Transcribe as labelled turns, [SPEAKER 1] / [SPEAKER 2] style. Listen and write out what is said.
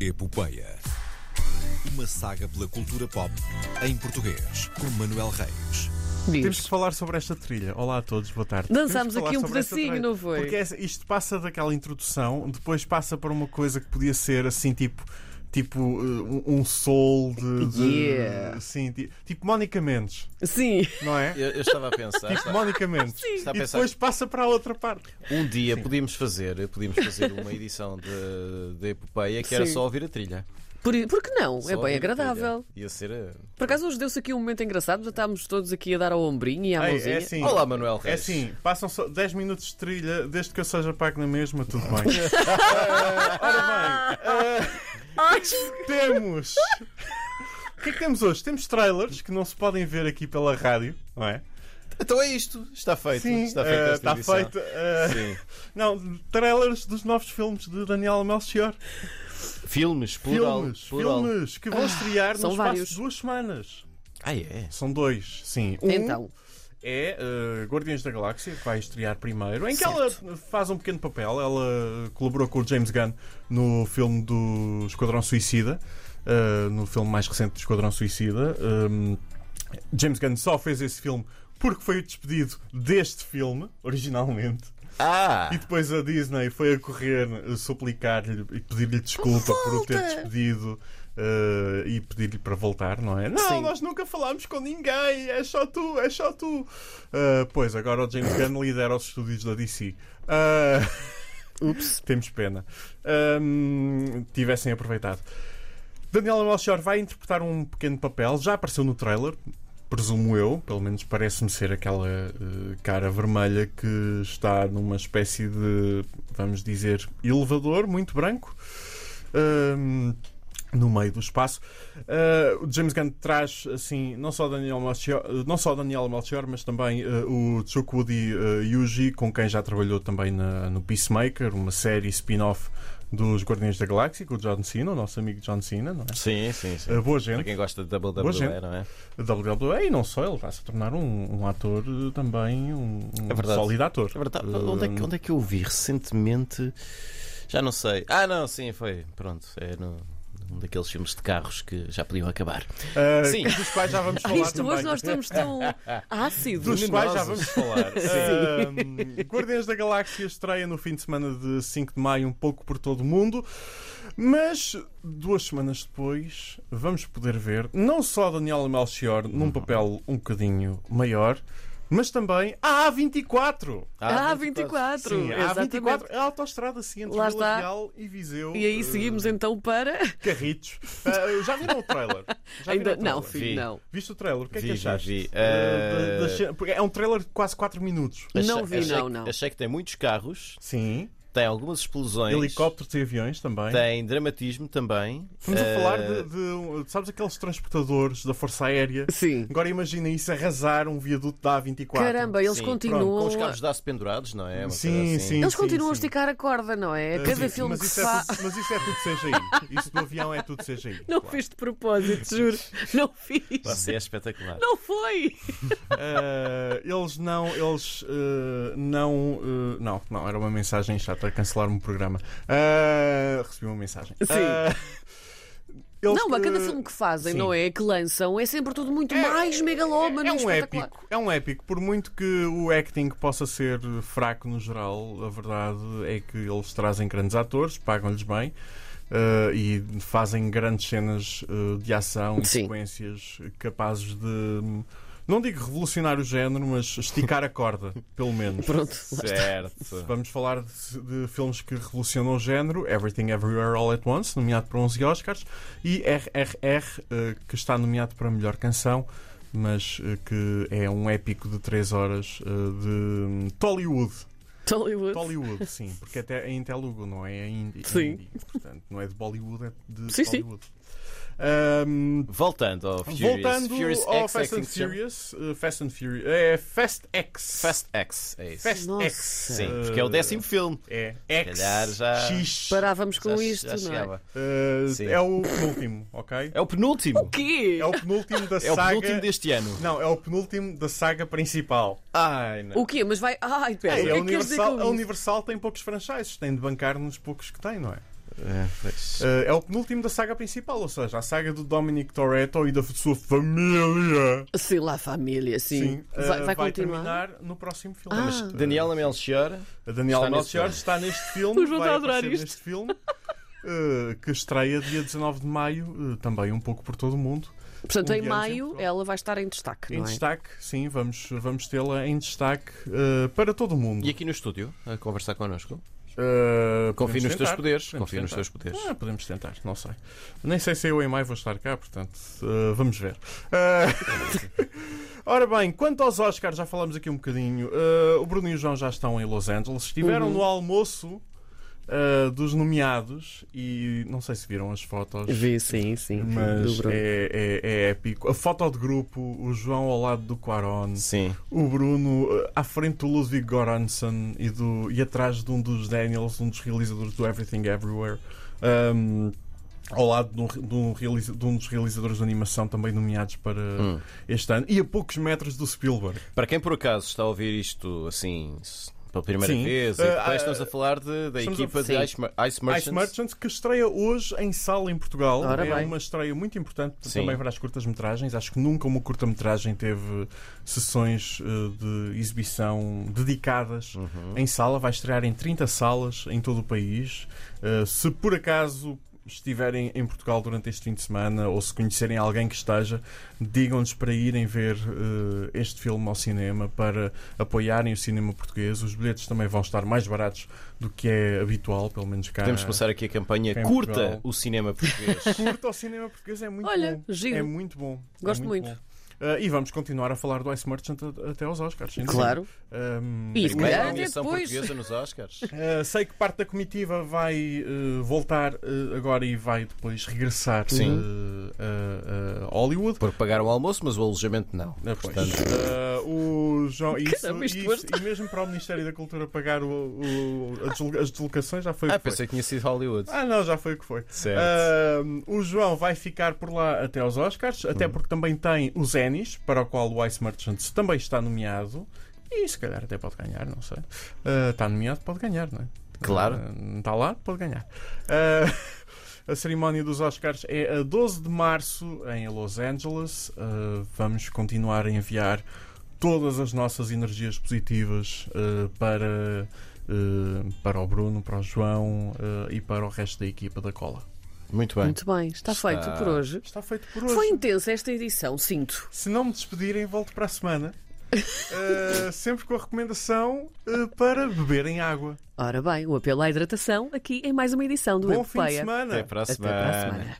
[SPEAKER 1] Epopeia. Uma saga pela cultura pop em português, com Manuel Reis.
[SPEAKER 2] Diz.
[SPEAKER 3] Temos que falar sobre esta trilha. Olá a todos, boa tarde.
[SPEAKER 2] Dançámos
[SPEAKER 3] Temos que falar
[SPEAKER 2] aqui um
[SPEAKER 3] sobre esta
[SPEAKER 2] pedacinho,
[SPEAKER 3] trilha.
[SPEAKER 2] não foi?
[SPEAKER 3] Porque essa- isto passa daquela introdução, depois passa para uma coisa que podia ser assim, tipo. Tipo, uh, um um soul de. de-
[SPEAKER 2] Yeah.
[SPEAKER 3] assim, ti- tipo Mónica Mendes,
[SPEAKER 2] Sim,
[SPEAKER 3] não é?
[SPEAKER 4] Eu, eu estava a pensar.
[SPEAKER 3] Tipo Mónica Mendes.
[SPEAKER 4] Está a
[SPEAKER 3] E
[SPEAKER 4] pensar.
[SPEAKER 3] depois passa para a outra parte.
[SPEAKER 4] Um dia podíamos fazer, podíamos fazer uma edição de, de epopeia que era
[SPEAKER 2] Sim.
[SPEAKER 4] só ouvir a trilha.
[SPEAKER 2] por, porque não?
[SPEAKER 4] Só
[SPEAKER 2] é
[SPEAKER 4] ouvir
[SPEAKER 2] bem
[SPEAKER 4] a
[SPEAKER 2] agradável.
[SPEAKER 4] trilha. Ia ser. eh,
[SPEAKER 2] Por acaso hoje deu-se aqui um momento engraçado, já estávamos todos aqui a dar ao ombrinho e à
[SPEAKER 3] Ei,
[SPEAKER 2] mãozinha.
[SPEAKER 3] é assim.
[SPEAKER 4] Olá, Manuel Reis.
[SPEAKER 3] É assim, passam só 10 minutos de trilha, desde que eu seja pago na mesma, tudo bem. Eh, ora bem,
[SPEAKER 2] Ai,
[SPEAKER 3] temos. O que é que temos hoje? Temos trailers que não se podem ver aqui pela rádio, não é?
[SPEAKER 4] Então é isto. Está feito.
[SPEAKER 3] Sim,
[SPEAKER 4] está feito.
[SPEAKER 3] eh,
[SPEAKER 4] esta
[SPEAKER 3] está
[SPEAKER 4] edição.
[SPEAKER 3] feito, eh,
[SPEAKER 4] Sim.
[SPEAKER 3] Não, trailers dos novos filmes de Daniel Melchior.
[SPEAKER 4] Filmes, plural.
[SPEAKER 3] filmes,
[SPEAKER 4] plural.
[SPEAKER 3] filmes que vão estrear no
[SPEAKER 2] Ah, são
[SPEAKER 3] espaço
[SPEAKER 2] vários.
[SPEAKER 3] de duas semanas.
[SPEAKER 4] Ah, é?
[SPEAKER 3] São dois, sim. Um
[SPEAKER 2] Então,
[SPEAKER 3] é eh, Guardiões da Galáxia, que vai estrear primeiro, em que ela faz um pequeno papel. Ela colaborou com o James Gunn no filme do Esquadrão Suicida, eh, no filme mais recente do Esquadrão Suicida. Um, James Gunn só fez esse filme porque foi o despedido deste filme, originalmente.
[SPEAKER 4] Ah!
[SPEAKER 3] E depois a Disney foi a correr, eh, suplicar-lhe e pedir-lhe desculpa por o ter despedido eh, e pedir-lhe para voltar, não é? Não,
[SPEAKER 2] Sim.
[SPEAKER 3] nós nunca falámos com ninguém, é só tu, é só tu. Eh, pois, agora o James Gunn lidera os estúdios da DC. Ah, Ups, temos pena. Ahm, tivessem aproveitado. Daniela Melchior vai interpretar um pequeno papel, já apareceu no trailer, presumo eu, pelo menos parece-me ser aquela eh, cara vermelha que está numa espécie de, vamos dizer, elevador muito branco. ahm, no meio do espaço, Ah, o James Gunn traz assim não só Daniel Melchior, eh, não só Daniel Melchior, mas também eh, o Tsukuudi eh, Yuji, com quem já trabalhou também na- no Peacemaker, uma série spin-off dos Guardiões da Galáxia, com o John Cena, o nosso amigo John Cena, não é?
[SPEAKER 4] Sim, sim, sim.
[SPEAKER 3] Eh, boa
[SPEAKER 4] Para
[SPEAKER 3] gente.
[SPEAKER 4] quem gosta de
[SPEAKER 3] Boa gente.
[SPEAKER 4] WWE, não é?
[SPEAKER 3] A WWE e não só, ele vai se tornar um, um ator eh, também, um, um
[SPEAKER 4] É verdade.
[SPEAKER 3] sólido ator.
[SPEAKER 4] É verdade.
[SPEAKER 3] Eh,
[SPEAKER 4] Onde é, que, onde é que eu vi recentemente? Já não sei. Ah, não, sim, foi. Pronto, é no- num daqueles filmes de carros que já podiam acabar.
[SPEAKER 3] eh,
[SPEAKER 4] Sim.
[SPEAKER 3] Dos quais já vamos
[SPEAKER 2] ah,
[SPEAKER 3] falar
[SPEAKER 2] isto
[SPEAKER 3] também.
[SPEAKER 2] hoje nós estamos tão ácidos.
[SPEAKER 3] Dos quais já vamos
[SPEAKER 4] Luminosos.
[SPEAKER 3] falar. Ahm, Guardiões da Galáxia estreia no fim de semana de 5 de maio, um pouco por todo o mundo. Mas duas semanas depois vamos poder ver não só Daniela Melchior
[SPEAKER 4] Uhum.
[SPEAKER 3] num papel um bocadinho maior, mas também a A24.
[SPEAKER 2] Ah, 24,
[SPEAKER 3] Sim, a
[SPEAKER 2] exatamente.
[SPEAKER 3] A24 é a autostrada assim, entre
[SPEAKER 2] Lá
[SPEAKER 3] Vila
[SPEAKER 2] está.
[SPEAKER 3] Real e Viseu.
[SPEAKER 2] E aí
[SPEAKER 3] eh,
[SPEAKER 2] seguimos então para.
[SPEAKER 3] Carritos. Ah, já viram o trailer? Já viram
[SPEAKER 2] Ainda...
[SPEAKER 3] o trailer?
[SPEAKER 2] Não, filho,
[SPEAKER 4] Vi.
[SPEAKER 2] não.
[SPEAKER 3] Viste o trailer? O que é que
[SPEAKER 4] Vi, já
[SPEAKER 3] achaste?
[SPEAKER 4] vi.
[SPEAKER 3] Ah, da-
[SPEAKER 4] Ah,
[SPEAKER 3] da cena- porque é um trailer de quase 4 minutos.
[SPEAKER 2] Não vi,
[SPEAKER 4] achei,
[SPEAKER 2] não,
[SPEAKER 4] que-
[SPEAKER 2] não.
[SPEAKER 4] Achei que tem muitos carros,
[SPEAKER 3] Sim.
[SPEAKER 4] tem algumas explosões,
[SPEAKER 3] Helicópteros e aviões também.
[SPEAKER 4] tem dramatismo também.
[SPEAKER 3] Estamos a
[SPEAKER 4] Eh,
[SPEAKER 3] falar de, de- Sabes aqueles transportadores da Força Aérea?
[SPEAKER 2] Sim.
[SPEAKER 3] Agora imagina isso arrasar um viaduto da A24.
[SPEAKER 2] Caramba, eles
[SPEAKER 4] Sim,
[SPEAKER 2] continuam.
[SPEAKER 4] Com os carros de aço pendurados, não é? Uma
[SPEAKER 3] Sim,
[SPEAKER 4] coisa assim.
[SPEAKER 3] sim.
[SPEAKER 2] Eles continuam a
[SPEAKER 3] sim.
[SPEAKER 2] esticar a corda, não é?
[SPEAKER 3] Ah,
[SPEAKER 2] Cada
[SPEAKER 3] sim,
[SPEAKER 2] filme
[SPEAKER 3] mas
[SPEAKER 2] que se
[SPEAKER 3] isso
[SPEAKER 2] faz.
[SPEAKER 3] É tudo, mas isso é tudo CGI. Isso do avião é tudo CGI.
[SPEAKER 2] Não
[SPEAKER 3] claro.
[SPEAKER 2] fiz de propósito, juro. Não fiz.
[SPEAKER 4] Você é espetacular.
[SPEAKER 2] Não foi.
[SPEAKER 3] Ah, eles não, eles ah, não, ah, não, não, era uma mensagem chata, cancelaram-me o programa. Ah, recebi uma mensagem.
[SPEAKER 2] Sim.
[SPEAKER 3] Ah, eles
[SPEAKER 2] Não, a
[SPEAKER 3] que-
[SPEAKER 2] cada filme que fazem,
[SPEAKER 3] sim.
[SPEAKER 2] não é? Que lançam, é sempre tudo muito mais megalómano
[SPEAKER 3] é
[SPEAKER 2] e
[SPEAKER 3] um
[SPEAKER 2] espetacular.
[SPEAKER 3] épico, é um épico, por muito que o acting possa ser fraco no geral, a verdade é que eles trazem grandes atores, pagam-lhes bem. ah, e fazem grandes cenas ah, de ação e
[SPEAKER 2] Sim.
[SPEAKER 3] sequências capazes de, não digo revolucionar o género, mas esticar a corda, pelo menos.
[SPEAKER 2] Pronto.
[SPEAKER 4] Certo.
[SPEAKER 3] Vamos falar de, de filmes que revolucionam o género: Everything Everywhere All at Once, nomeado para 11 Oscars, e RRR, eh, que está nomeado para melhor canção, mas eh, que é um épico de 3 horas eh, de hum, Tollywood.
[SPEAKER 2] Hollywood.
[SPEAKER 3] Tollywood, sim, porque até é em Telugu, não é em hindi.
[SPEAKER 2] Sim.
[SPEAKER 3] em hindi. Portanto, não é de Bollywood, é de
[SPEAKER 2] Sim, sim.
[SPEAKER 3] Tollywood. Ahm,
[SPEAKER 4] Voltando ao Furious.
[SPEAKER 3] voltando
[SPEAKER 4] Furious
[SPEAKER 3] ao
[SPEAKER 4] X,
[SPEAKER 3] Fast
[SPEAKER 4] é
[SPEAKER 3] and
[SPEAKER 4] assim que se chama?
[SPEAKER 3] Furious, eh, Fast and Furious, é Fast X.
[SPEAKER 4] Fast X, é isso.
[SPEAKER 3] Fast Eh,
[SPEAKER 2] Nossa.
[SPEAKER 3] X.
[SPEAKER 4] Sim, porque é o décimo filme.
[SPEAKER 3] É, X,
[SPEAKER 4] calhar já-
[SPEAKER 3] X.
[SPEAKER 2] Parávamos com
[SPEAKER 4] Já-
[SPEAKER 2] isto,
[SPEAKER 4] já
[SPEAKER 2] não é?
[SPEAKER 4] chegava.
[SPEAKER 3] Uh,
[SPEAKER 4] Sim.
[SPEAKER 3] é o penúltimo, ok?
[SPEAKER 4] É o penúltimo.
[SPEAKER 2] O quê?
[SPEAKER 3] É o penúltimo da
[SPEAKER 4] É o
[SPEAKER 3] saga.
[SPEAKER 4] penúltimo deste ano.
[SPEAKER 3] Não, é o penúltimo da saga principal.
[SPEAKER 4] Ai, não.
[SPEAKER 2] O quê? Mas vai. Ai, pera,
[SPEAKER 3] É,
[SPEAKER 2] o que
[SPEAKER 3] a,
[SPEAKER 2] é que queres dizer
[SPEAKER 3] Universal, a
[SPEAKER 2] com isso?
[SPEAKER 3] Universal tem poucos franchises, tem de bancar nos poucos que tem, não é?
[SPEAKER 4] É, pois.
[SPEAKER 3] Eh, é o penúltimo da saga principal, ou seja, a saga do Dominic Toretto e da sua família.
[SPEAKER 2] Sei lá, família, sim.
[SPEAKER 3] eh,
[SPEAKER 2] vai, vai continuar.
[SPEAKER 3] terminar no próximo filme.
[SPEAKER 2] Ah.
[SPEAKER 3] Mas, eh,
[SPEAKER 4] Daniela Melchior.
[SPEAKER 3] a Daniela
[SPEAKER 4] está nesse
[SPEAKER 3] Melchior
[SPEAKER 4] filme.
[SPEAKER 3] está neste filme.
[SPEAKER 2] O João
[SPEAKER 3] vai
[SPEAKER 2] está a adorar
[SPEAKER 3] aparecer
[SPEAKER 2] isto.
[SPEAKER 3] Neste filme, eh, que estreia dia 19 de maio, eh, também um pouco por todo o mundo.
[SPEAKER 2] Portanto,
[SPEAKER 3] um
[SPEAKER 2] em
[SPEAKER 3] guião sempre
[SPEAKER 2] maio
[SPEAKER 3] pronto.
[SPEAKER 2] ela vai estar em destaque,
[SPEAKER 3] Em
[SPEAKER 2] não é?
[SPEAKER 3] destaque, sim, vamos, vamos tê-la em destaque eh, para todo o mundo.
[SPEAKER 4] E aqui no estúdio, a conversar connosco.
[SPEAKER 3] Eh,
[SPEAKER 4] Confio
[SPEAKER 3] podemos
[SPEAKER 4] nos teus
[SPEAKER 3] tentar.
[SPEAKER 4] poderes.
[SPEAKER 3] Podemos
[SPEAKER 4] Confio nos
[SPEAKER 3] tentar.
[SPEAKER 4] teus poderes.
[SPEAKER 3] Ah, podemos tentar, não sei. Nem sei se eu em maio vou estar cá, portanto, eh, vamos ver. Eh, Ora bem, quanto aos Oscars, já falamos aqui um bocadinho. Eh, o Bruno e o João já estão em Los Angeles, estiveram
[SPEAKER 2] Uhum.
[SPEAKER 3] no almoço eh, dos nomeados e não sei se viram as fotos.
[SPEAKER 2] Vi, sim, sim.
[SPEAKER 3] Mas é, é- é épico. A foto de grupo, o João ao lado do Quaron,
[SPEAKER 4] Sim.
[SPEAKER 3] o Bruno eh, à frente do Ludwig Göransson e, do, e atrás de um dos Daniels, um dos realizadores do Everything Everywhere, um, ao lado de um, re- de um realiza- de um dos realizadores de animação também nomeados para
[SPEAKER 4] Hum.
[SPEAKER 3] este ano e a poucos metros do Spielberg.
[SPEAKER 4] Para quem por acaso está a ouvir isto assim s- pela primeira
[SPEAKER 3] Sim.
[SPEAKER 4] vez,
[SPEAKER 3] Ah,
[SPEAKER 4] e depois
[SPEAKER 3] ah,
[SPEAKER 4] estamos a falar de, da
[SPEAKER 3] estamos a-
[SPEAKER 4] equipa de
[SPEAKER 2] Sim.
[SPEAKER 4] Ice, Mer- Ice Merchants.
[SPEAKER 3] Ice Merchant que estreia hoje em sala em Portugal.
[SPEAKER 2] Ora
[SPEAKER 3] é
[SPEAKER 2] bem.
[SPEAKER 3] uma estreia muito importante
[SPEAKER 4] Sim.
[SPEAKER 3] também para as curtas-metragens. Acho que nunca uma curta-metragem teve eh, sessões eh, de exibição dedicadas
[SPEAKER 4] Uhum.
[SPEAKER 3] em sala, vai estrear em 30 salas em todo o país. Uh, se por acaso estiverem em Portugal durante este fim de semana ou se conhecerem alguém que esteja, digam-nos para irem ver uh, este filme ao cinema, para apoiarem o cinema português. Os bilhetes também vão estar mais baratos do que é habitual, pelo menos cá.
[SPEAKER 4] Podemos começar aqui a campanha
[SPEAKER 3] Cá em
[SPEAKER 4] Curta
[SPEAKER 3] Portugal.
[SPEAKER 4] o Cinema Português.
[SPEAKER 3] Curta ao cinema português, é muito
[SPEAKER 2] Olha,
[SPEAKER 3] bom.
[SPEAKER 2] giro.
[SPEAKER 3] É muito bom. É
[SPEAKER 2] Gosto muito.
[SPEAKER 3] bom. Uh, e vamos continuar a falar do Ice Merchant a- até aos Oscars. sem
[SPEAKER 2] Claro.
[SPEAKER 3] dúvida. Um,
[SPEAKER 2] E
[SPEAKER 4] Primeira
[SPEAKER 2] se calhar até
[SPEAKER 4] nomeação
[SPEAKER 2] depois.
[SPEAKER 4] portuguesa nos Oscars.
[SPEAKER 3] Uh, sei que parte da comitiva vai uh, voltar uh, agora e vai depois regressar
[SPEAKER 4] Sim.
[SPEAKER 3] uh, a- a Hollywood.
[SPEAKER 4] Porque pagaram o almoço, mas o alojamento não.
[SPEAKER 3] Uh, pois.
[SPEAKER 4] Portanto,
[SPEAKER 3] Uh, o João, isso,
[SPEAKER 2] Caramba, isto
[SPEAKER 3] isso-
[SPEAKER 2] hoje
[SPEAKER 3] e mesmo para o Ministério da Cultura pagar o- o- a desloca- as deslocações já foi o
[SPEAKER 4] ah,
[SPEAKER 3] que foi.
[SPEAKER 4] pensei que tinha sido Hollywood.
[SPEAKER 3] Ah, não, já foi o que foi.
[SPEAKER 4] certo.
[SPEAKER 3] Um, o João vai ficar por lá até aos Oscars, até porque também tem os Ennis, para o qual o Ice Merchant também está nomeado. E se calhar até pode ganhar, não sei. Uh, está nomeado, pode ganhar, não é?
[SPEAKER 4] Claro.
[SPEAKER 3] Uh, está lá, pode ganhar. Uh, a cerimónia dos Oscars é a 12 de março em Los Angeles. Uh, vamos continuar a enviar todas as nossas energias positivas uh, para, uh, para o Bruno, para o João uh, e para o resto da equipa da Cola.
[SPEAKER 4] Muito bem.
[SPEAKER 2] Muito bem, está,
[SPEAKER 4] Está-
[SPEAKER 2] feito por hoje.
[SPEAKER 3] Está feito por hoje.
[SPEAKER 2] Foi intensa esta edição, sinto.
[SPEAKER 3] Se não me despedirem, volto para a semana. Uh, sempre com a recomendação uh, para beberem água.
[SPEAKER 2] Ora bem, o apelo à hidratação aqui em mais uma edição do
[SPEAKER 3] Bom fim de
[SPEAKER 2] Epopeia.
[SPEAKER 3] semana.
[SPEAKER 4] Até para a
[SPEAKER 2] Até para a
[SPEAKER 4] semana.
[SPEAKER 2] semana.